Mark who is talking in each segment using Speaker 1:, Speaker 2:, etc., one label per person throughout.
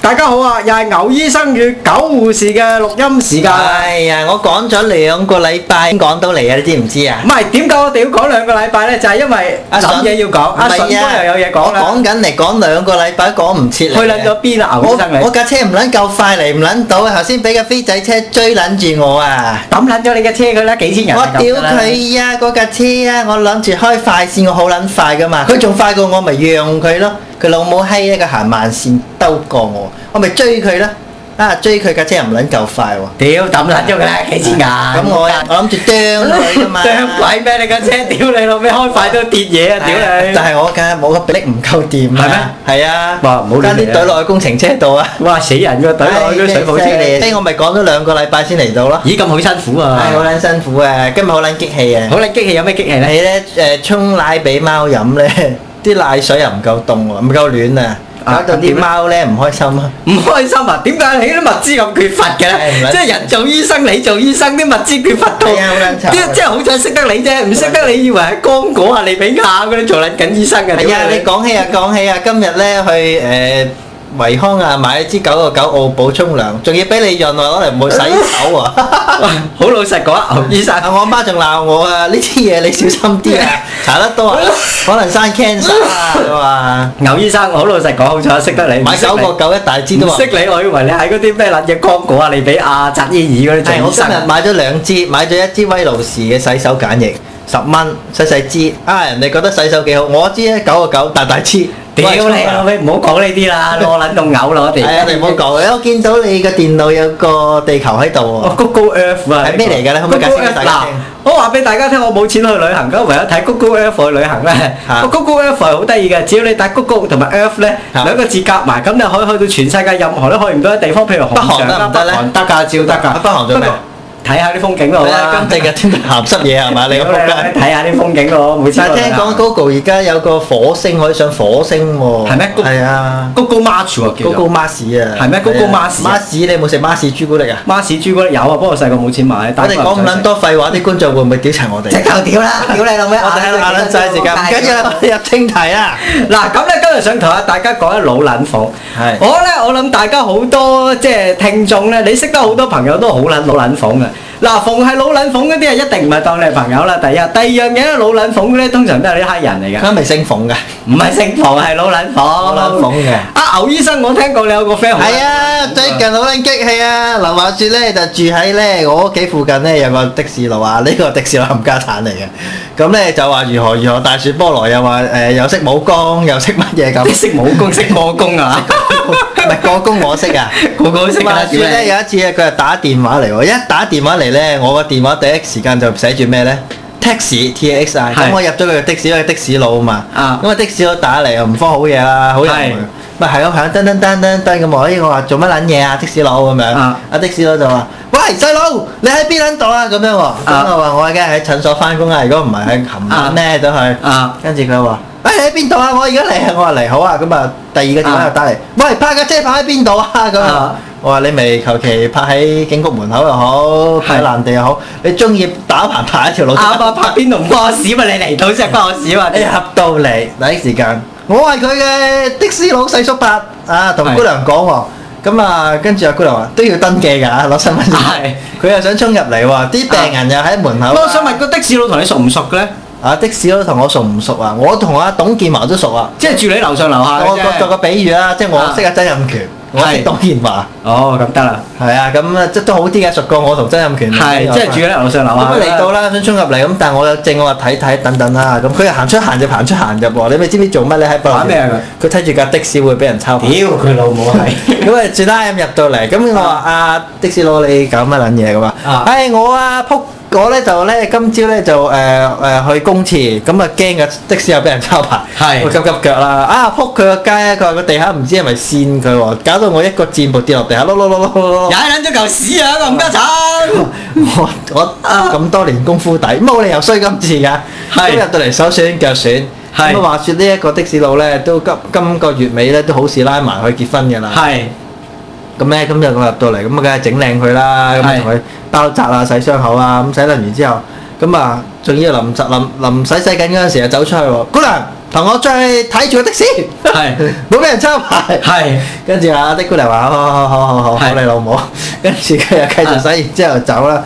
Speaker 1: 大家好啊，又係牛醫生與狗護士嘅錄音時間。
Speaker 2: 哎呀，我講咗兩個禮拜先講到嚟啊，你知唔知啊
Speaker 1: 唔？係點解我哋要講兩個禮拜咧？就係、因為
Speaker 2: 阿筍
Speaker 1: 諗嘢要講，阿
Speaker 2: 唔係
Speaker 1: 筍
Speaker 2: 啊
Speaker 1: 哥又有嘢講啦。
Speaker 2: 我講緊嚟講兩個禮拜講唔切
Speaker 1: 去
Speaker 2: 嚟啊
Speaker 1: 撚咗邊啊？牛醫生
Speaker 2: 我我
Speaker 1: 你
Speaker 2: 架車唔撚夠快嚟唔撚到啊！頭先俾架飛仔車追撚住我啊！
Speaker 1: 抌撚咗你嘅車佢啦，幾千人
Speaker 2: 我
Speaker 1: 係咁
Speaker 2: 屌
Speaker 1: 㗎啦！
Speaker 2: 佢啊！嗰架車啊，我諗住開快線，我好撚快噶嘛，佢仲快過我，咪讓佢咯。佢老母閪啊！佢行慢線兜過我，我咪追佢啦。啊，追佢架車又唔撚夠快喎。
Speaker 1: 屌抌撚咗佢啦，幾千人。
Speaker 2: 咁我我諗住啄佢噶 嘛。
Speaker 1: 張鬼咩？你架車屌你老味，開快都跌嘢啊！屌你！
Speaker 2: 但係我梗係冇個比例唔夠掂啦。係咩？係啊。
Speaker 1: 哇唔好亂嚟啊
Speaker 2: 加啲隊落去工程車度啊。
Speaker 1: 哇！死人個隊落去嗰啲水泡車
Speaker 2: 所以我咪講咗兩個禮拜先嚟到咯。
Speaker 1: 咦咁好辛苦啊
Speaker 2: 唉，！好撚辛苦啊！今日好撚激氣啊！
Speaker 1: 好啦，激氣有咩激氣
Speaker 2: 你
Speaker 1: 咧？
Speaker 2: 咧誒沖奶俾貓飲 咧，啲奶水又唔夠凍喎，唔夠暖啊，
Speaker 1: 啊
Speaker 2: 搞到
Speaker 1: 咁點咧
Speaker 2: 啲貓咧唔開心啊！
Speaker 1: 唔開心啊！點解你啲物資咁缺乏嘅
Speaker 2: 係唔
Speaker 1: 咧？
Speaker 2: 係
Speaker 1: 即係人做醫生，你做醫生，啲物資缺乏到，
Speaker 2: 係啊好撚慘
Speaker 1: 啲即係好彩識得你啫，唔識得你以為係剛果啊、利比亞嗰啲做撚緊醫生嘅。
Speaker 2: 係
Speaker 1: 屌
Speaker 2: 啊，你講起啊講起啊，今日咧去誒維康啊買支九個九澳寶沖涼，仲要俾你潤啊，攞嚟冇洗手啊！
Speaker 1: 好老實講啊，牛醫生，
Speaker 2: 啊！我媽仲鬧我啊！呢啲嘢你小心啲啊，搽得多啊，可能生 cancer 啊！佢話
Speaker 1: 牛醫 生，我好老實講，好彩識得你，
Speaker 2: 買
Speaker 1: 唔識
Speaker 2: 九
Speaker 1: 你
Speaker 2: 個九一大支都
Speaker 1: 唔
Speaker 2: 話
Speaker 1: 識。你，我以為你喺嗰啲咩撚嘢剛果啊、利比亞、扎伊爾嗰啲
Speaker 2: 係，
Speaker 1: 做
Speaker 2: 我
Speaker 1: 醫
Speaker 2: 今
Speaker 1: 生
Speaker 2: 日
Speaker 1: 啊。
Speaker 2: 買咗兩支，買咗一支威露士嘅洗手簡易，十蚊細細支。啊，人哋覺得洗手幾好，我支咧九個九，大大支。
Speaker 1: 屌你老味，唔好講呢啲啦，我撚到嘔啦，我哋。
Speaker 2: 係啊，你唔好講嘅，我見到你個電腦有個地球喺度
Speaker 1: 哦
Speaker 2: 喎。
Speaker 1: ，Google Earth 啊，
Speaker 2: 係咩嚟嘅咧可唔可以解釋俾
Speaker 1: Google Earth，
Speaker 2: 大家
Speaker 1: 嗱
Speaker 2: 聽
Speaker 1: 我話俾大家聽，我冇錢去旅行，咁唯有睇 Google Earth 去旅行咧。
Speaker 2: 嚇
Speaker 1: 個 Google Earth 係好得意嘅，只要你打 Google 同埋 Earth 咧
Speaker 2: 嚇
Speaker 1: 兩個字夾埋，咁你可以去到全世界任何都去唔到嘅地方，譬如
Speaker 2: 北韓
Speaker 1: 韓上
Speaker 2: 得
Speaker 1: 啦
Speaker 2: 唔
Speaker 1: 北
Speaker 2: 得咧
Speaker 1: 韓得㗎，照得㗎。
Speaker 2: 北韓做咩
Speaker 1: 不過睇下啲風景咯
Speaker 2: 係
Speaker 1: 啦
Speaker 2: 啊，。今日嘅天鹹濕嘢係嘛？你個
Speaker 1: 屌
Speaker 2: 仆
Speaker 1: 你
Speaker 2: 街！
Speaker 1: 睇下啲風景咯，每次
Speaker 2: 但
Speaker 1: 去
Speaker 2: 係
Speaker 1: 旅
Speaker 2: 聽
Speaker 1: 行
Speaker 2: 講 Google 而家有個火星可以上火星喎。
Speaker 1: 係咩？Go-
Speaker 2: 係啊
Speaker 1: Google March 喎，叫
Speaker 2: ，Google
Speaker 1: 做
Speaker 2: Mars 啊。
Speaker 1: 係咩？Google Mars 啊
Speaker 2: Mars 你有冇食 Mars 朱古力啊？
Speaker 1: March 朱古力有啊，不過我細個冇錢買。
Speaker 2: 我哋講咁撚多廢話，啲觀眾會唔會屌柒我哋？
Speaker 1: 頭屌啦，屌你老味
Speaker 2: 我哋喺度壓撚晒時間，唔緊要啦， 我哋入正題啦。
Speaker 1: 嗱，咁咧今日想同啊大家講一老撚房。
Speaker 2: 係
Speaker 1: 我咧，我諗大家好多即係聽眾咧，你識得好多朋友都好撚老撚房嘅。嗱，逢係老撚房嗰啲啊，一定唔係當你係朋友啦。第一，第二樣嘢咧，老撚房嗰啲咧通常都係啲黑人 嚟嘅，
Speaker 2: 佢係咪姓馮㗎？
Speaker 1: 唔係姓房係老撚房。
Speaker 2: 老撚房嘅
Speaker 1: 啊，牛醫生，我聽過你有個 friend 好撚
Speaker 2: 係啊， 最近好撚激氣啊！劉華雪咧就住喺咧我屋企附近咧有個的士佬啊，呢個的士佬冚家產嚟嘅。咁咧就話如何如何大雪菠蘿，又話誒又識武功，又識乜嘢
Speaker 1: 你
Speaker 2: 咁。
Speaker 1: 識武功，識武功啊！
Speaker 2: 唔係個功我識啊！
Speaker 1: 個個都識
Speaker 2: 咁
Speaker 1: 啦
Speaker 2: 啊，，雪咧
Speaker 1: 屌
Speaker 2: 有一次啊，佢係打電話嚟喎，一打電話嚟咧，我個電話第一時間就寫住咩咧？taxi T A X I，
Speaker 1: 係
Speaker 2: 咁我入咗佢個的士，因為的士佬啊嘛，
Speaker 1: 啊
Speaker 2: 咁啊的士佬打嚟又唔慌好嘢啦，好人
Speaker 1: 係
Speaker 2: 喎咪係咯，響噔噔噔噔噔咁我，咦我話做乜撚嘢啊？的士佬咁樣，
Speaker 1: 啊
Speaker 2: 啊的士佬就話：喂細佬，你喺邊撚度啊？咁樣喎，咁我話我而家喺診所翻工啊，如果唔係喺琴晚咧都去。
Speaker 1: 你啊！
Speaker 2: 跟住佢話：，誒、你喺邊度啊？我而家嚟啊！我話嚟好啊，咁啊，第二個電話又打嚟，喂，泊架車泊喺邊度啊？咁
Speaker 1: 啊
Speaker 2: 啊，我話你咪求其泊喺警局門口又好，泊喺爛地又好，你中意打橫泊一條路，
Speaker 1: 啱啊！拍邊度唔關我事嘛，你嚟到先關我事嘛。
Speaker 2: 你合道理，第一時間，我係佢嘅的士佬細叔伯啊，同
Speaker 1: 係
Speaker 2: 姑娘講喎。咁啊，跟住阿姑娘話都要登記㗎，攞身份證
Speaker 1: 係。
Speaker 2: 佢又想衝入嚟喎，啲病人又喺門口啊。
Speaker 1: 我想問個的士佬同你熟唔熟嘅咧？
Speaker 2: 啊，的士佬同我熟唔熟啊？我同阿董建華都熟啊。
Speaker 1: 即係住你樓上樓下
Speaker 2: 我
Speaker 1: 嘅
Speaker 2: 作作
Speaker 1: 啫。
Speaker 2: 個比喻啦，即係我識阿曾蔭權，我識
Speaker 1: 啊係
Speaker 2: 董建華，
Speaker 1: 哦，咁得啦，
Speaker 2: 係啊，咁啊即都好啲嘅，熟過我同曾蔭權。
Speaker 1: 係即係住你樓上樓
Speaker 2: 咁
Speaker 1: 下
Speaker 2: 啊
Speaker 1: 啦。
Speaker 2: 嚟到啦，想衝入嚟咁，但係我有證，我話睇睇等等啦。咁佢又行出行入，行出行入喎。你咪知唔知做乜咧？喺博覽
Speaker 1: 玩咩啊
Speaker 2: 佢睇住架的士會俾人抄牌。
Speaker 1: 屌佢老母 係。
Speaker 2: 咁啊，住啦咁入到嚟，咁我話啊的士佬你搞乜撚嘢咁啊
Speaker 1: 啊？
Speaker 2: 唉，我啊撲我咧就咧今朝咧就誒誒去公廁，咁啊驚嘅的士又俾人抄牌，
Speaker 1: 係
Speaker 2: 我急急腳啦，啊撲佢個街啊！佢話個地下唔知係咪跣佢喎，搞到我一個箭步跌落地下，碌碌碌碌碌碌。
Speaker 1: 踩撚咗嚿屎啊！冚家產。
Speaker 2: 我我
Speaker 1: 啊
Speaker 2: 咁多年功夫底，冇理由衰今次㗎。
Speaker 1: 係
Speaker 2: 咁入到嚟手損腳損，
Speaker 1: 係
Speaker 2: 咁啊話説呢一個的士佬咧，都今今個月尾咧都好事拉埋去結婚㗎啦。
Speaker 1: 係
Speaker 2: 咁咧，咁就我入到嚟，咁啊，梗係整靚佢啦，咁啊
Speaker 1: 係
Speaker 2: 同佢包紮啊、洗傷口啊，咁洗撚完之後，咁啊，仲要臨執臨臨洗洗緊嗰陣時啊，走出去喎，姑娘，同我出去睇住個的士，
Speaker 1: 係
Speaker 2: 冇俾人抄牌。
Speaker 1: 係
Speaker 2: 跟住阿的姑娘話：好好好好好好，
Speaker 1: 係
Speaker 2: 你老母。跟住佢又繼續洗完之後走啦。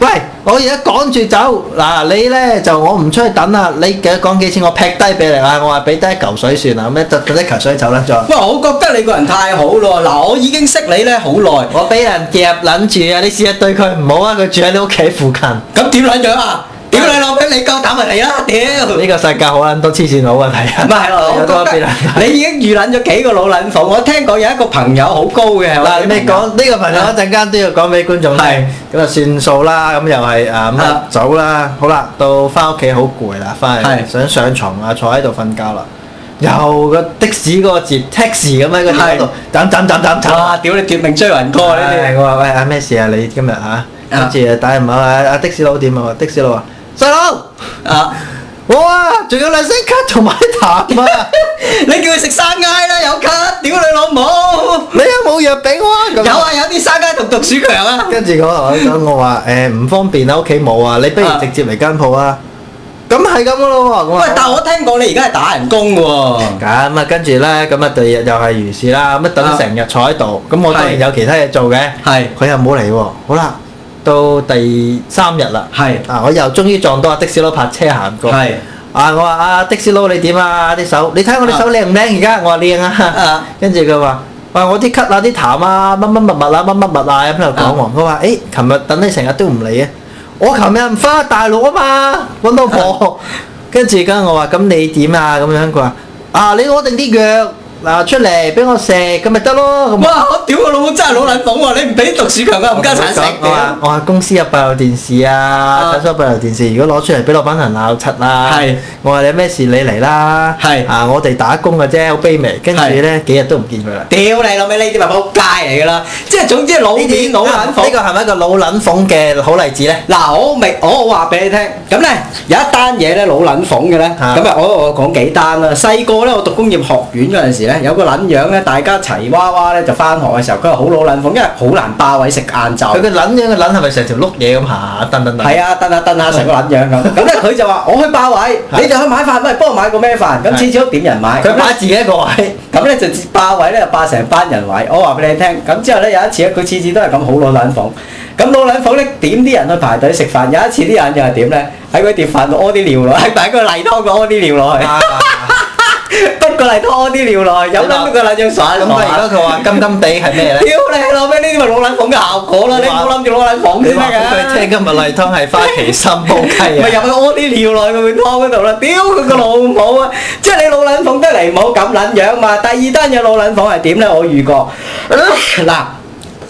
Speaker 2: 喂，我而家趕住走，嗱你咧就我唔出去等啦，你幾講幾錢我劈低俾你啦，我話俾低一嚿水算啦，咁一就一嚿水走啦，再
Speaker 1: 喂，我覺得你個人太好咯。嗱，我已經識你咧好耐，
Speaker 2: 我俾人夾撚住啊！你試下對佢唔好啊，佢住喺你屋企附 近，呢、
Speaker 1: 咁點撚樣啊？屌你老味，你夠膽咪嚟啦！屌！
Speaker 2: 個世界好撚多黐線佬啊，係啊，
Speaker 1: 唔係咯，
Speaker 2: 有
Speaker 1: 我
Speaker 2: 多
Speaker 1: 覺
Speaker 2: 邊啊？
Speaker 1: 得你已經預撚咗幾個老撚房。我聽講有一個朋友好高嘅，
Speaker 2: 嗱，
Speaker 1: 我
Speaker 2: 你
Speaker 1: 啲朋
Speaker 2: 講
Speaker 1: 友
Speaker 2: 呢個朋友一陣間都要講俾觀眾聽
Speaker 1: 係，
Speaker 2: 咁啊算數啦，咁又係啊咁啊
Speaker 1: 啊
Speaker 2: 走啦，好啦，到翻屋企好攰啦，翻嚟
Speaker 1: 係
Speaker 2: 想上床啊，坐喺度瞓覺啦，又個的士嗰個字 taxi 咁喺個電話度，等等等等等。
Speaker 1: 哇！屌你奪命追魂歌呢
Speaker 2: 唉
Speaker 1: 啲，
Speaker 2: 我話喂阿咩事啊？你今日嚇，
Speaker 1: 啊
Speaker 2: 跟住打電話啊阿的士佬點啊？我話的士佬話細佬，
Speaker 1: 啊！
Speaker 2: 我啊仲有兩聲咳同埋痰啊！
Speaker 1: 你叫佢食生嗌啦，有咳！屌你老母！
Speaker 2: 你有冇藥俾我啊？咁
Speaker 1: 有啊，有啲生嗌同毒鼠強啊！
Speaker 2: 跟住我同佢講，我話誒唔方便啦，屋企冇啊，你不如
Speaker 1: 啊
Speaker 2: 直接嚟間鋪啊。咁係咁噶咯喎，咁
Speaker 1: 喂
Speaker 2: 啊，
Speaker 1: 但係我聽講你而家係打人工嘅喎。
Speaker 2: 咁啊，跟住咧，咁啊，第二日又係如是啦，咁啊等
Speaker 1: 啊
Speaker 2: 成日坐喺度，咁我當然
Speaker 1: 係
Speaker 2: 有其他嘢做嘅，
Speaker 1: 係
Speaker 2: 佢又冇嚟喎。好啦，到第三日啦，
Speaker 1: 係
Speaker 2: 啊，我又終於撞到阿的士佬泊車行過，
Speaker 1: 係
Speaker 2: 啊，我話啊的士佬你點啊啲手，你睇我啲手靚唔靚而家？我話靚啊
Speaker 1: 啊，
Speaker 2: 跟住佢話。喂，我啲咳啊，啲痰啊，乜乜物物啊，乜乜物啊，咁喺度講喎。佢話：，誒，琴日等你成日都唔嚟啊，我琴日唔翻大陸啊嘛，揾 老婆。跟住跟我話：，咁你點啊？咁樣佢話：，啊，你攞定啲藥嗱出嚟俾我食，咁咪得咯。咁啊
Speaker 1: 哇！我屌我老母真係老撚房喎！你唔俾毒鼠強嘅冚家鏟食
Speaker 2: 我話
Speaker 1: 嘅。
Speaker 2: 我話公司有閉路電視啊，
Speaker 1: 啊
Speaker 2: 診所閉路電視，如果攞出嚟俾老闆娘鬧柒啦，
Speaker 1: 係
Speaker 2: 我話你有咩事你嚟啦，
Speaker 1: 係
Speaker 2: 啊我哋打工嘅啫，好卑微，跟住
Speaker 1: 係
Speaker 2: 咧幾日都唔見佢啦。
Speaker 1: 屌你老味，呢啲咪仆街嚟㗎啦！即係總之老
Speaker 2: 呢啲
Speaker 1: 面老撚房
Speaker 2: 呢。個係咪一個老撚鳳嘅好例子咧？
Speaker 1: 嗱，我明，我話俾你聽，咁咧有一單嘢咧老撚諷嘅咧，
Speaker 2: 啊
Speaker 1: 咁啊我我講幾單啦。細個咧我讀工業學院嗰陣時咧，有個撚樣咧，大家齊娃娃咧就翻學嘅時候，佢係好老撚諷，因為好難霸位食晏
Speaker 2: 佢
Speaker 1: 晝。
Speaker 2: 個撚樣嘅撚係咪成條碌嘢咁下下蹬蹬蹬？
Speaker 1: 係啊，蹬下蹬下成個撚樣咁。咁咧佢就話：我去霸位，你就去買飯，喂，幫我買個咩飯？咁次次都點人買。
Speaker 2: 佢擺自己一個位，
Speaker 1: 咁咧就霸位咧，霸成班人位。我話俾你聽，咁之後咧有一次咧，佢次次都係咁好老撚房。咁老撚房咧點啲人去排隊食飯，有一次啲人又係點咧？喺佢碟飯度屙啲尿落，喺喺個泥湯度屙啲尿落 去，
Speaker 2: 啊
Speaker 1: 不個泥湯屙啲尿落去，飲到個泥漿爽
Speaker 2: 咁
Speaker 1: 爽
Speaker 2: 佢而
Speaker 1: 下。
Speaker 2: 家佢話金金地係咩咧？
Speaker 1: 屌你老味，呢啲咪老撚房嘅效果啦！你唔好諗住老撚房
Speaker 2: 你
Speaker 1: 先
Speaker 2: 話俾佢
Speaker 1: 得
Speaker 2: 聽
Speaker 1: 㗎。
Speaker 2: 今日例湯係花旗參煲雞
Speaker 1: 咪
Speaker 2: 啊！
Speaker 1: 入去屙啲尿落去個湯嗰度啦！屌佢個老母啊！即係你老撚房得嚟冇咁撚樣嘛。第二單嘢老撚房係點咧？我遇 過嗱，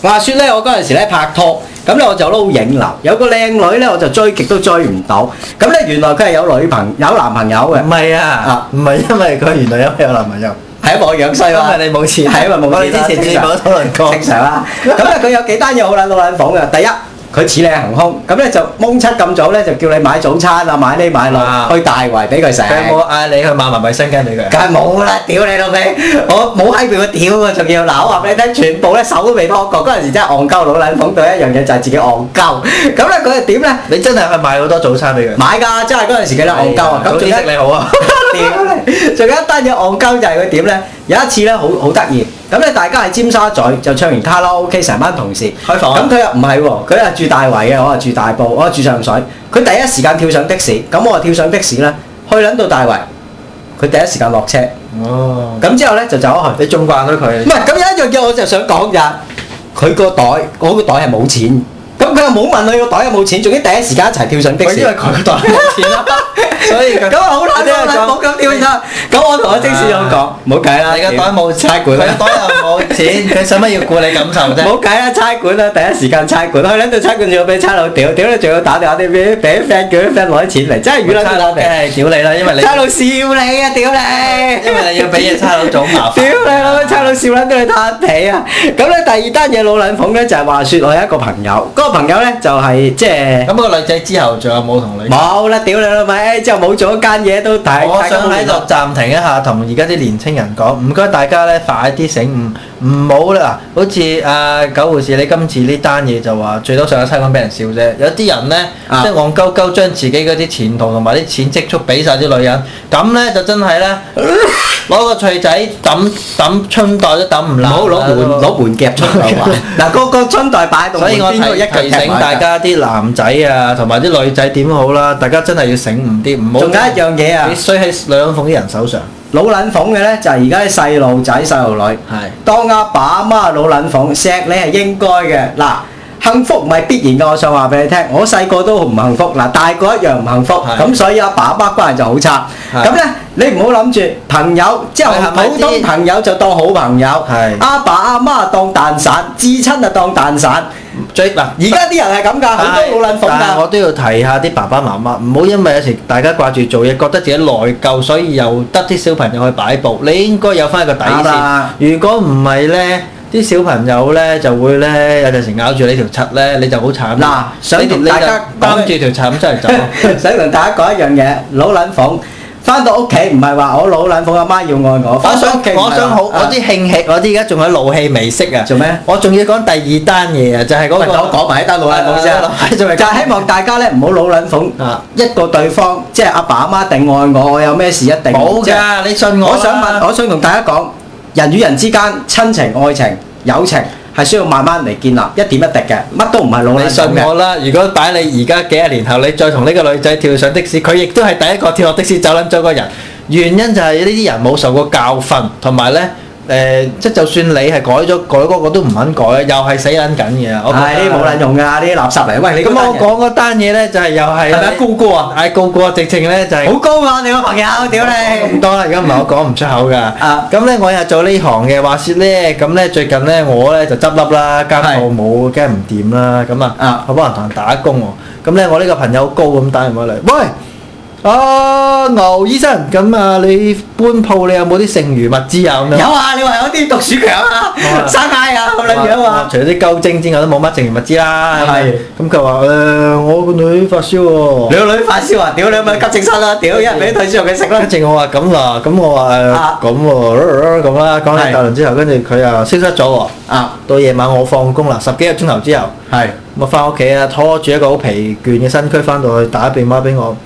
Speaker 1: 話説咧，我嗰陣時咧拍拖，咁咧我就撈影樓，有個靚女咧我就追極都追唔到，咁咧原來佢係有女朋有男朋友嘅
Speaker 2: 唔，係啊
Speaker 1: 啊，
Speaker 2: 唔係因為佢原來因為有男朋友。
Speaker 1: 係因為我樣衰啦。
Speaker 2: 因為你冇錢，
Speaker 1: 係因為冇錢啦
Speaker 2: 我哋之前節目都討論過，
Speaker 1: 正常啦。咁咧佢有幾單嘢好撚老撚房嘅，第一。佢似你行空，咁咧就蒙七咁早咧就叫你買早餐啊，買呢買
Speaker 2: 啊
Speaker 1: 路，去大圍俾佢食。
Speaker 2: 佢有冇嗌你去買埋衛生巾俾佢？
Speaker 1: 梗係冇啦，屌你老味！我冇閪佢個屌啊，仲要嗱，我話俾你聽，全部咧手都未拖過，嗰陣時真係戇鳩老撚捧到一樣嘢就係自己戇鳩。咁咧佢係點咧？
Speaker 2: 你真係去買好多早餐俾佢？
Speaker 1: 買㗎，真係嗰陣時嘅啦，戇鳩啊！咁
Speaker 2: 早
Speaker 1: 仲有
Speaker 2: 啲
Speaker 1: 一
Speaker 2: 識你好啊！
Speaker 1: 屌你！ 仲有一單嘢戇鳩就係佢點咧？有一次咧，好好得意。咁咧，大家喺尖沙咀就唱完卡拉 OK，成班同事
Speaker 2: 開房啊
Speaker 1: 咁佢又唔係喎，佢係住大圍嘅，我係住大埔，我係住上水。佢第一時間跳上的士，咁我就跳上的士啦，去撚到大圍，佢第一時間落車，
Speaker 2: 哦，
Speaker 1: 咁之後咧就走咗去。
Speaker 2: 你縱慣咗
Speaker 1: 唔
Speaker 2: 佢，
Speaker 1: 係，咁有一樣嘢我就想講咋，佢個袋，我個袋係冇錢，咁佢又冇問佢個袋有冇錢，總之第一時間一齊跳上的
Speaker 2: 佢
Speaker 1: 士。
Speaker 2: 因為佢袋冇錢啦，所以 佢
Speaker 1: 咁啊好難
Speaker 2: 我
Speaker 1: 聽
Speaker 2: 聽佢
Speaker 1: 啦，
Speaker 2: 講
Speaker 1: 冇咁跳啦。咁我同我的士佬講，冇計啦，
Speaker 2: 你個袋冇
Speaker 1: 差
Speaker 2: 錢，佢
Speaker 1: 館
Speaker 2: 個
Speaker 1: 啦，
Speaker 2: 袋又冇錢，佢使乜要顧你感受啫？
Speaker 1: 冇計啦，差館啦，第一時間差館，去撚到差館仲要俾差佬屌，屌你仲要打電話啲俾俾 friend 叫啲 friend 攞啲錢嚟，真係魚撚
Speaker 2: 差
Speaker 1: 到
Speaker 2: 佬
Speaker 1: 攞
Speaker 2: 梗
Speaker 1: 命。
Speaker 2: 係屌你啦，因為你
Speaker 1: 差佬笑你啊！屌你！
Speaker 2: 因為你要俾嘢差佬做麻煩。
Speaker 1: 屌你老母，差佬笑撚到你攤皮啊！咁咧第二單嘢老撚捧咧就係話説我有一個朋友，嗰、個朋友咧就係、即係
Speaker 2: 咁個女仔之後仲有冇同你？
Speaker 1: 冇啦，屌你老味，之後冇咗間嘢都大，
Speaker 2: 我
Speaker 1: 大家
Speaker 2: 想
Speaker 1: 冇
Speaker 2: 喺
Speaker 1: 聯絡
Speaker 2: 度暫停一下，同而家啲年青人講，唔該大家咧快啲醒悟，唔好啦，嗱，好似阿九護士你今次呢單嘢就話最多上咗西港俾人笑啫，有啲人咧、
Speaker 1: 啊
Speaker 2: 即係戇鳩鳩將自己嗰啲前途同埋啲錢積蓄俾晒啲女人，咁咧就真係咧 攞個錘仔揼揼春袋都揼唔
Speaker 1: 唔
Speaker 2: 爛。
Speaker 1: 好攞換攞換夾出嚟玩。 嗱，個個春袋擺喺度，
Speaker 2: 所以我
Speaker 1: 換邊個一
Speaker 2: 提
Speaker 1: 腳踢
Speaker 2: 提醒
Speaker 1: 埋
Speaker 2: 大
Speaker 1: 㗎
Speaker 2: 家啲男仔啊，同埋啲女仔點好啦，大家真係要醒悟啲，唔好
Speaker 1: 仲有一樣嘢啊
Speaker 2: 你衰喺兩鳳啲人手上，
Speaker 1: 老撚房嘅咧，就係而家啲細路仔細路女。
Speaker 2: 係
Speaker 1: 當阿爸阿媽老撚房錫你係應該嘅。嗱，幸福唔係必然嘅，我想話俾你聽。我細個都唔幸福，嗱大個一樣唔幸福，
Speaker 2: 係
Speaker 1: 咁所以阿爸阿媽關係就好差。
Speaker 2: 係
Speaker 1: 咁咧，你唔好諗住朋友之後
Speaker 2: 係係咪
Speaker 1: 普通
Speaker 2: 先
Speaker 1: 朋友就當好朋友，
Speaker 2: 係
Speaker 1: 阿爸阿媽當蛋散，至親就當蛋散。
Speaker 2: 最嗱
Speaker 1: 而家啲人係咁㗎，好多老撚房
Speaker 2: 但係我
Speaker 1: 㗎。
Speaker 2: 都要提下啲爸爸媽媽，唔好因為有時大家掛住做嘢，覺得自己內疚，所以又得啲小朋友去擺佈。你應該有翻一個底
Speaker 1: 啱
Speaker 2: 線
Speaker 1: 啦。
Speaker 2: 如果唔係咧，啲小朋友咧就會咧有陣時咬住你條柒咧，你就好慘。
Speaker 1: 嗱想
Speaker 2: 你
Speaker 1: 同
Speaker 2: 你就
Speaker 1: 大家
Speaker 2: 擔住條柒咁 出嚟走。
Speaker 1: 想同大家講一樣嘢，老撚房翻到屋企唔係話我老撚房阿媽要愛我，
Speaker 2: 我
Speaker 1: 返到
Speaker 2: 想
Speaker 1: 屋企唔係話
Speaker 2: 我想好，我
Speaker 1: 啊
Speaker 2: 啲興氣，我啲而家仲喺怒氣未息啊！
Speaker 1: 做咩
Speaker 2: 我仲要講第二單嘢啊，就係嗰
Speaker 1: 喂
Speaker 2: 個。
Speaker 1: 我講埋一單
Speaker 2: Ờ,
Speaker 1: 老撚房先啊
Speaker 2: 啊啊啊
Speaker 1: 就係希望大家咧唔好老撚房
Speaker 2: 啊，
Speaker 1: 一個對方即係阿爸阿媽一定愛我，我有咩事一定
Speaker 2: 冇
Speaker 1: 即係
Speaker 2: 㗎，你信我啦。
Speaker 1: 我想問，我想同大家講，人與人之間親情、愛情、友情係需要慢慢嚟建立，一點一滴嘅，乜都唔係老
Speaker 2: 你
Speaker 1: 撚
Speaker 2: 信
Speaker 1: 房嘅
Speaker 2: 我。啦！ 如果擺你而家幾廿年後，你再同呢個女仔跳上的士，佢亦都係第一個跳落的士走撚咗個人。原因就係呢啲人冇受過教訓，同埋咧誒，即係就算你係改咗改嗰個都唔肯改，又係死撚緊嘅。我覺得
Speaker 1: 唉，呢啲冇撚。用㗎，呢啲垃圾嚟。喂，你
Speaker 2: 咁我
Speaker 1: 講
Speaker 2: 講嗰單嘢咧，就係又係
Speaker 1: 係咪高哥啊？
Speaker 2: 嗌高過直情咧就係、
Speaker 1: 好高啊！你個朋友，屌
Speaker 2: 咁
Speaker 1: 你！
Speaker 2: 多啦，而家唔係我講唔出口㗎
Speaker 1: 啊。
Speaker 2: 咁咧，我又做呢行嘅，話説咧，咁咧最近咧我咧就執笠啦，間
Speaker 1: 係
Speaker 2: 鋪冇，梗係唔掂啦。咁
Speaker 1: 啊
Speaker 2: 啊，我幫人同人打工喎。咁咧，我呢個朋友好高咁打電話嚟，喂，啊牛醫生，咁啊你搬鋪你有冇啲剩餘物資啊？咁樣
Speaker 1: 有。啊，你話有啲獨鼠強啊
Speaker 2: 哇、
Speaker 1: 生蟹啊咁撚樣啊
Speaker 2: 除咗啲鳩精之外，都冇乜剩餘物資啦。咁樣
Speaker 1: 係
Speaker 2: 咁佢話誒，我個女發燒喎。
Speaker 1: 你個女發燒啊！屌你咪急症室啦！屌，一人俾退燒藥佢食啦
Speaker 2: 跟！住我話咁啦，咁我話
Speaker 1: 啊
Speaker 2: 誒咁喎，咁啦，講
Speaker 1: 係
Speaker 2: 完大輪之後，跟住佢又消失咗喎。
Speaker 1: 啊，
Speaker 2: 到夜晚我放工啦，十幾個鐘頭之後，
Speaker 1: 係
Speaker 2: 我翻屋企啊，拖住一個好疲倦嘅身軀翻到去打電話俾我，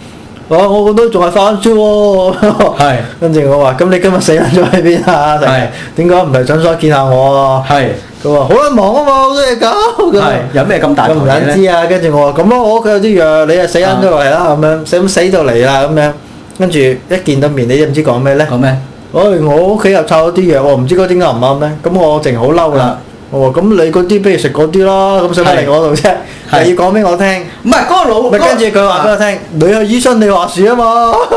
Speaker 2: 我我個都仲係發燒喎。
Speaker 1: 係
Speaker 2: 跟住我話：咁你今日死撚咗喺邊啊？定
Speaker 1: 係
Speaker 2: 係點解唔嚟診所見下我啊？
Speaker 1: 係
Speaker 2: 佢話：好啦，忙啊嘛，好多嘢搞。咁
Speaker 1: 係，有咩咁大
Speaker 2: 我
Speaker 1: 台
Speaker 2: 唔撚
Speaker 1: 嘢咧？
Speaker 2: 知啊，跟住我話咁咯，我屋企有啲藥，你啊死撚咗落嚟啦，咁
Speaker 1: 啊
Speaker 2: 樣死咁死到嚟啦，咁樣，跟住一見到面，你知唔知講咩咧？
Speaker 1: 講咩？
Speaker 2: 唉，我屋企又湊咗啲藥，我唔知嗰啲啱唔啱咧，咁我淨好嬲啦
Speaker 1: 啊。
Speaker 2: 我話咁你嗰啲不如食嗰啲啦，咁使乜嚟我度啫？
Speaker 1: 係
Speaker 2: 你要講俾我聽，
Speaker 1: 唔係嗰個老，
Speaker 2: 咪跟住佢話俾我聽，你係醫生，你話事啊嘛。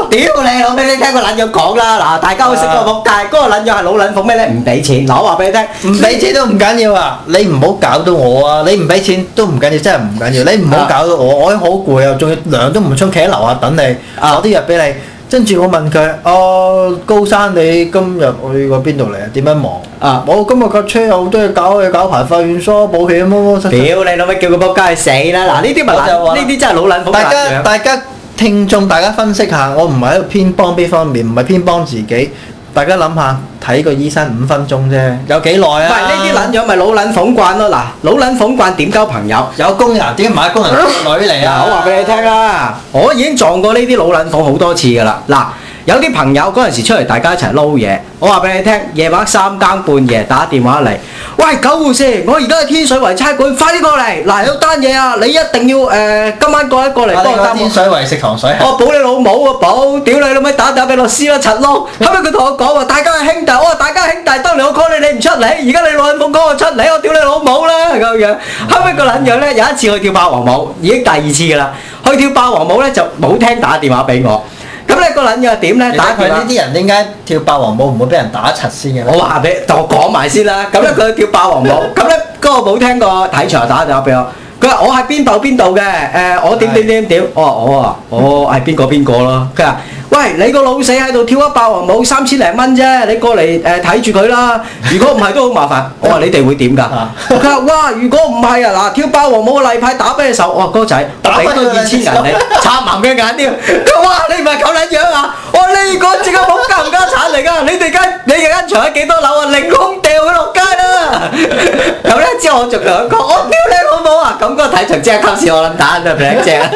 Speaker 1: 屌你老味，你聽個撚樣講啦！嗱，大家好識個仆街，嗰個撚樣係老撚鳳咩咧？唔俾錢，嗱我話俾你聽，
Speaker 2: 唔俾錢都唔緊要啊！你唔好搞到我啊！你唔俾錢都唔緊要，真係唔緊要。你唔好搞到我，我已經好攰啊，仲要涼都唔沖，企喺樓下等你，
Speaker 1: 啊
Speaker 2: 攞啲藥俾你。跟住我問佢：哦，高山，你今日去過邊度嚟啊？點樣忙
Speaker 1: 啊
Speaker 2: 我今日架車有好多嘢搞，要搞牌費、院疏、保險，乜乜乜乜。
Speaker 1: 屌你老味，叫個仆街去死啦！嗱，呢啲咪
Speaker 2: 我就
Speaker 1: 撚，
Speaker 2: 話
Speaker 1: 呢啲真係老撚鳳
Speaker 2: 大
Speaker 1: 嘅
Speaker 2: 家
Speaker 1: 樣。
Speaker 2: 大家聽眾，大家分析下，我唔係喺度偏幫邊方面，唔係偏幫自己。大家諗下，睇個醫生五分鐘啫，有幾耐
Speaker 1: 唔
Speaker 2: 啊？
Speaker 1: 係呢啲撚樣咪老撚鳳慣咯！嗱，老撚鳳慣點交朋友？
Speaker 2: 有工人點解唔係工人女嚟
Speaker 1: 嗱，
Speaker 2: 啊？
Speaker 1: 我話俾你聽啦，我已經撞過呢啲老撚房好多次噶啦。嗱，有啲朋友嗰陣時出嚟，大家一齊撈嘢。我話俾你聽，夜晚三更半夜打電話嚟，喂，九護士，我而家喺天水圍差館，快啲過嚟！嗱，有單嘢啊，你一定要誒、呃今晚過一過嚟幫
Speaker 2: 啊，
Speaker 1: 我
Speaker 2: 呢個
Speaker 1: 擔我。
Speaker 2: 天水圍食糖水係
Speaker 1: 我保你老母啊！保，屌你老味，打打俾律師啦，柒咯。
Speaker 2: 嗯
Speaker 1: 後尾佢同我講話，大家係兄弟，我話大家係兄弟，當年我 call 你，你唔出嚟，而家你老撚鳳 call 我出嚟，我屌你老母啦咁樣。
Speaker 2: 嗯
Speaker 1: 後尾個撚樣咧，有一次去跳霸王舞，已經第二次噶啦。去跳霸王舞咧就冇聽打電話俾我。咁咧個撚樣點咧？
Speaker 2: 你
Speaker 1: 打
Speaker 2: 睇佢
Speaker 1: 電話
Speaker 2: 呢。啲人點解跳霸王舞唔會俾人打柒先嘅咧？
Speaker 1: 我話俾就講埋先啦。咁咧佢叫霸王舞，咁咧嗰個冇聽過睇場打電話俾我。佢話我哦喺邊度邊度嘅，誒、我點點點點，我話我啊，我係邊個邊個咯。佢話喂，你個老死喺度跳一霸王舞三千零蚊啫，你過嚟誒睇住佢啦。如果唔係都好 麻煩。我話你哋會點㗎
Speaker 2: 啊？
Speaker 1: 佢話哇，如果唔係啊，嗱，跳霸王舞嘅例牌打俾你手，我話哥仔，我俾多二千銀你，插盲嘅眼添。佢話哇，你唔係咁撚樣啊？我話你講自己冇家唔家產嚟㗎，你哋間你哋間場有幾多樓啊？凌空掉佢落街啦！咁咧之後我仲同佢講，我屌你老母啊！咁個體場即刻吸屎我撚蛋啊，平正。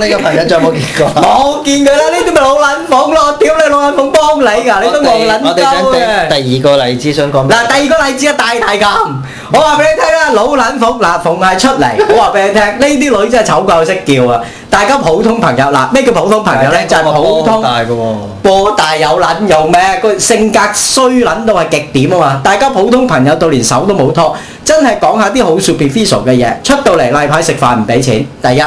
Speaker 2: 你個朋友仲有冇見過？
Speaker 1: 冇見佢啦，呢啲咪老撚房咯！屌你老撚房幫你㗎，你都冇撚
Speaker 2: 我
Speaker 1: 鳩
Speaker 2: 哋想
Speaker 1: 嘅。
Speaker 2: 第第二個例子想講。
Speaker 1: 嗱，第二個例子啊，大提琴。我話俾你聽啦，老撚房嗱，逢係出嚟，我話俾你聽，呢啲女真係醜夠識叫啊！大家普通朋友嗱，咩叫普通朋友咧？就係普通。
Speaker 2: 大嘅喎。
Speaker 1: 波大有撚有咩？個性格衰撚到係極點啊嘛！大家普通朋友到連手都冇拖，真係講下啲好 superficial 嘅嘢，出到嚟例牌食飯唔俾錢，第一。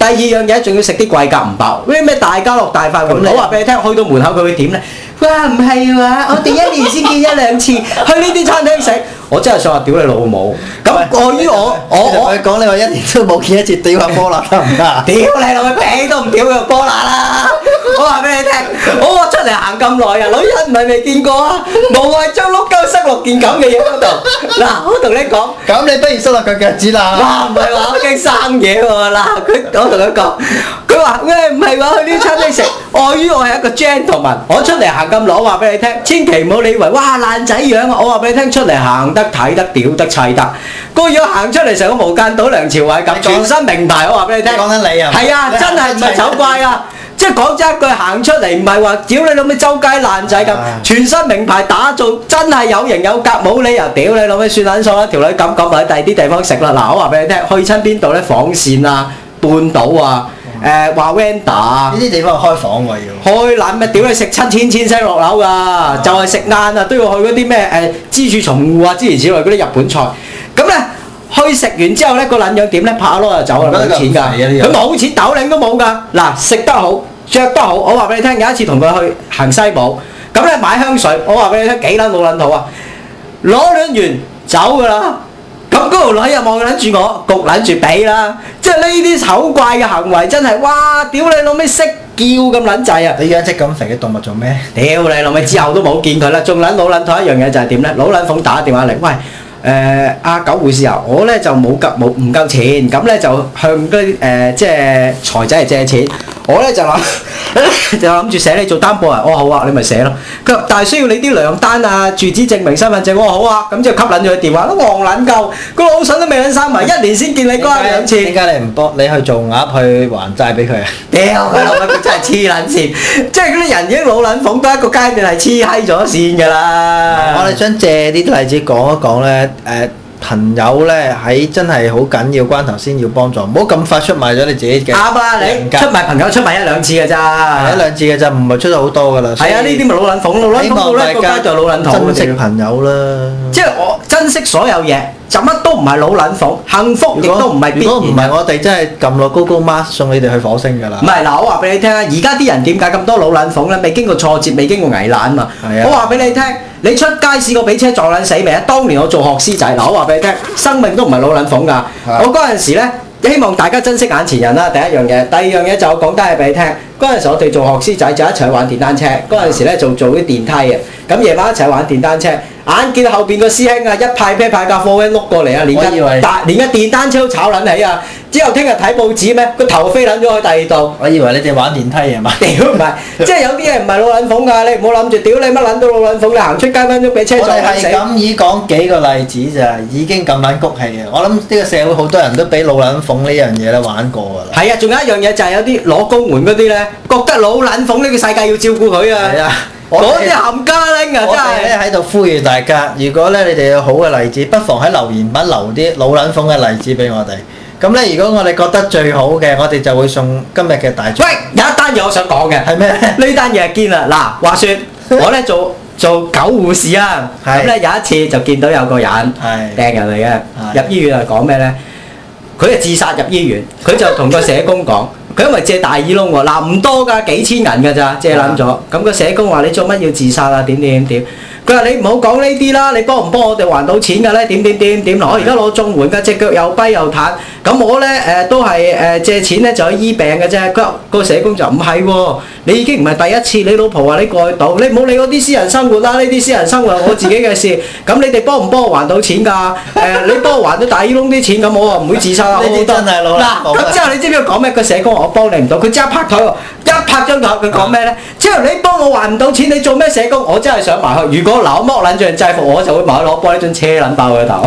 Speaker 1: 第二樣嘢仲要食啲貴格唔飽，咩咩大家樂大快活，
Speaker 2: 咁你啊
Speaker 1: 我話俾你聽，去到門口佢會點呢？哇，唔係話，我哋一年先見一兩次，去呢啲餐廳食，我真係想話屌你老母！咁礙於我，我我
Speaker 2: 我講你話一年都冇見一次屌下波啦，得唔得啊？
Speaker 1: 屌你老味，皮都唔屌佢波乸啦！我話俾你聽，我話出嚟行咁耐啊，女人唔係未見過啊，無謂將碌鳩塞落件咁嘅嘢嗰度。嗱，我同你講，
Speaker 2: 咁你不如收落佢腳趾啦。
Speaker 1: 哇，唔係話我驚生嘢喎嗱，佢我同佢講，佢話喂唔係話去呢餐廳食，礙於我係一個 gentleman，我出嚟行咁耐，我話俾你聽，千祈唔好你以為哇爛仔樣啊！我話俾你聽，出嚟行得睇得屌得砌得，個樣行出嚟成個無間島梁朝偉咁，
Speaker 2: 你講
Speaker 1: 全身名牌，我話俾你
Speaker 2: 你
Speaker 1: 聽。
Speaker 2: 講緊你啊？
Speaker 1: 係 啊，真係唔係醜怪啊！即係講真一句，行出嚟唔係話屌你老味周街爛仔咁
Speaker 2: 啊，
Speaker 1: 全身名牌打造，真係有型有格，冇理由屌你老味算撚數啦！條女咁咁咪喺第二啲地方食啦。嗱，我話俾你聽，去親邊度咧？房線啊，半島啊，誒話 Vanda 啊
Speaker 2: 呢。啲地方開房喎要。
Speaker 1: 開撚咩？屌你食七千千聲落樓㗎，就係食晏啊都要去嗰啲咩誒支柱重戶啊，之前之類嗰啲日本菜。咁咧去食完之後咧，個撚樣點咧？拍下籮就走啦，冇錢
Speaker 2: 唔
Speaker 1: 㗎。
Speaker 2: 使啊
Speaker 1: 佢冇錢，斗領都冇㗎。嗱，食得好，着得好，我話俾你聽，有一次同佢去行西寶，咁咧買香水，我話俾你聽幾撚冇撚肚啊！攞兩完走㗎啦。咁嗰條女又望撚住我，焗撚住俾啦。即係呢啲醜怪嘅行為真係，哇！屌你老味識叫咁撚滯啊！
Speaker 2: 你養只咁肥嘅動物做咩？
Speaker 1: 屌你老味，之後都冇見佢啦。仲撚老撚台一樣嘢就係點咧？老撚鳳打電話嚟，喂，誒、阿九護士啊，我咧就冇夠冇唔夠錢，咁咧就向嗰啲誒即係財仔嚟借錢。我咧就 諗就諗住寫你做擔保人，我、好啊，你咪寫咯。佢話但係需要你啲糧單啊、住址證明、身份證，我、好啊。咁之後吸撚咗佢電話，都戇撚夠，個老筍都未撚生埋，一年先見你嗰一兩次。
Speaker 2: 點解你唔幫你去做鴨去還債俾佢啊？
Speaker 1: 屌佢老母，佢真係黐撚線，即係嗰啲人已經老撚馮到一個階段係黐閪咗線㗎啦。
Speaker 2: 我哋想借呢啲例子講一講咧，誒、朋友咧喺真係好緊要關頭先要幫助，唔好咁快出賣咗你自己
Speaker 1: 啱
Speaker 2: 嘅
Speaker 1: 啦，
Speaker 2: 人
Speaker 1: 你
Speaker 2: 格啊
Speaker 1: 出賣朋友出賣一兩次㗎咋。
Speaker 2: 一兩次嘅咋，唔係出到好多噶啦。
Speaker 1: 係啊，呢啲咪老撚馮，老撚
Speaker 2: 希
Speaker 1: 馮到
Speaker 2: 望
Speaker 1: 咧個
Speaker 2: 大
Speaker 1: 階段老撚頭
Speaker 2: 珍惜朋友啦。
Speaker 1: 即係我珍惜所有嘢，就乜都唔係老撚馮，幸福亦都唔係必
Speaker 2: 如果唔
Speaker 1: 然
Speaker 2: 係。我哋真係撳落 Google Maps 送你哋去火星㗎啦
Speaker 1: 唔。係嗱，我話俾你聽啊，而家啲人點解咁多老撚馮咧？未經過挫折，未經過危難嘛。
Speaker 2: 係啊
Speaker 1: 我話俾你聽，你出街試過俾車撞撚死未啊？當年我做學師仔，嗱，我話俾你聽，生命都唔係老撚馮㗎。我嗰陣時咧，希望大家珍惜眼前人啊啦，第一樣嘢。第二樣嘢就我講單嘢俾你聽。嗰陣時我哋做學師仔就一齊玩電單車，嗰陣時咧就做啲電梯嘅，咁夜晚一齊玩電單車。眼見後邊個師兄啊，一派啤派架貨 van 碌過嚟啊，連
Speaker 2: 我以為
Speaker 1: 一搭連一電單車都炒撚起啊！之後聽日睇報紙咩，個頭飛撚咗去第二度。
Speaker 2: 我以為你哋玩電梯 係嘛？
Speaker 1: 屌唔係，即係有啲嘢唔係老撚馮㗎，你唔好諗住屌你乜撚到老撚馮，你行出街分鐘俾車
Speaker 2: 我
Speaker 1: 撞
Speaker 2: 哋
Speaker 1: 撚死
Speaker 2: 係。咁以講幾個例子咋，已經咁撚谷氣嘅。我諗呢個社會好多人都俾老撚鳳呢樣嘢咧玩過㗎啦。
Speaker 1: 係啊，仲有一樣嘢就係有啲攞公援嗰啲咧，覺得老撚馮呢個世界要照顧佢
Speaker 2: 係
Speaker 1: 啊，
Speaker 2: 啊，我
Speaker 1: 嗰啲
Speaker 2: 哋
Speaker 1: 冚家 拎
Speaker 2: 我
Speaker 1: 啊
Speaker 2: 哋
Speaker 1: 真係
Speaker 2: 咧。喺度呼籲大家，如果咧你哋有好嘅例子，不妨喺留言板留啲老撚鳳嘅例子俾我哋。咁咧，如果我哋覺得最好嘅，我哋就會送今日嘅大獎。
Speaker 1: 喂，有一單嘢我想講嘅。
Speaker 2: 係咩？
Speaker 1: 呢單嘢堅啦！嗱，話説我咧做做狗護士啊，
Speaker 2: 係
Speaker 1: 咁咧有一次就見到有個人
Speaker 2: 係
Speaker 1: 病人嚟
Speaker 2: 係
Speaker 1: 嘅，入醫院係講咩咧？佢係自殺入醫院，佢就同個社工講，佢因為借大耳窿喎，嗱唔多㗎，幾千銀㗎咋，借撚咗。咁個社工話你做乜要自殺啊？點點點。佢話你唔好講呢啲啦，你幫唔幫我哋還到錢㗎咧？點點點點嗱，我而家攞綜援㗎，只腳又跛又彈，咁我咧誒、呃都係誒、呃借錢咧就去醫病嘅啫。佢話個社工就唔係喎，你已經唔係第一次，你老婆話你過去到，你唔好理嗰啲私人生活啦，呢啲私人生活係我自己嘅事。咁你哋幫唔幫我還到錢㗎？誒、你幫我還到大耳窿啲錢，咁我啊唔會自殺啊！
Speaker 2: 呢啲
Speaker 1: 我覺得
Speaker 2: 真係老人
Speaker 1: 嗱，
Speaker 2: 講啊
Speaker 1: 咁之後你知唔知佢講咩？個社工話我幫你唔到，佢即刻拍台喎，一拍張台佢講
Speaker 2: 啊
Speaker 1: 咩咧？之後你幫我還唔到錢，你做咩社工？我真係想埋去。如果嗱我剝撚住人制服，我就會埋去攞玻璃樽車撚爆佢個 頭。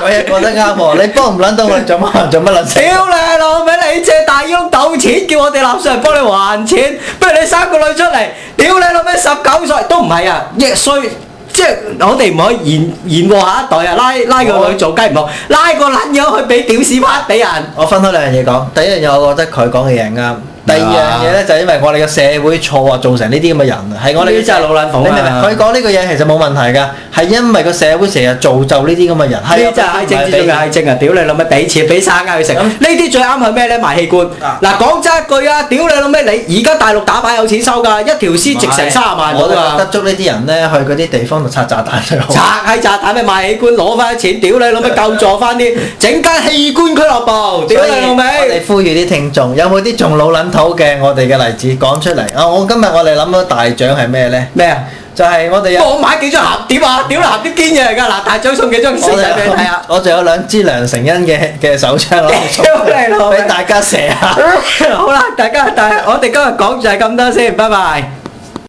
Speaker 2: 佢嘢講得啱喎，你幫唔撚到我，你做乜做乜撚死？
Speaker 1: 屌你老味！你借大翁賭錢，叫我哋納税人幫你還錢，不如你生個女出嚟。屌你老味！十九歲都唔係啊，亦衰。即係我哋唔可以延延禍下一代啊！拉拉個女做雞唔好，拉個撚樣去俾屌屎忽俾人。
Speaker 2: 我分開兩樣嘢講，第一樣嘢我覺得佢講嘅嘢啱，第二樣嘢咧就係因為我哋嘅社會錯啊，造成呢啲咁嘅人，係我哋
Speaker 1: 呢啲真係老撚
Speaker 2: 你
Speaker 1: 房啊
Speaker 2: 明唔明？佢講呢個嘢其實冇問題㗎，係因為個社會成日造就呢啲咁嘅人，
Speaker 1: 呢
Speaker 2: 係啊
Speaker 1: 啲真係閪精之中嘅閪精啊！屌你老味，俾錢俾生啊去食。
Speaker 2: 咁
Speaker 1: 呢啲最啱係咩咧？賣器官。
Speaker 2: 啊
Speaker 1: 嗱，講真一句啊，屌你老味，你而家大陸打靶有錢收㗎，一條絲值成三十萬
Speaker 2: 我
Speaker 1: 到
Speaker 2: 都覺得
Speaker 1: 啊！
Speaker 2: 捉呢啲人咧，去嗰啲地方度拆炸彈最好。
Speaker 1: 拆閪炸彈咩賣器官攞翻啲錢，屌你老味救助翻啲，整間器官俱樂部，屌你老
Speaker 2: 所以我
Speaker 1: 味！
Speaker 2: 哋呼籲啲聽眾，有冇啲仲老撚土嘅我哋嘅例子講出嚟啊！我今日我哋諗到大獎係咩咧？
Speaker 1: 咩啊？
Speaker 2: 就係我哋有。
Speaker 1: 我買幾張鹹碟啊！屌你鹹碟堅嘢嚟㗎，嗱大獎送幾張
Speaker 2: 我
Speaker 1: 先仔俾你睇 啊！
Speaker 2: 我仲有兩支梁成恩嘅嘅手槍攞嚟送
Speaker 1: 屌你老味
Speaker 2: 俾大家射下。
Speaker 1: 好啦，大家但係我哋今日講就係咁多先，拜拜。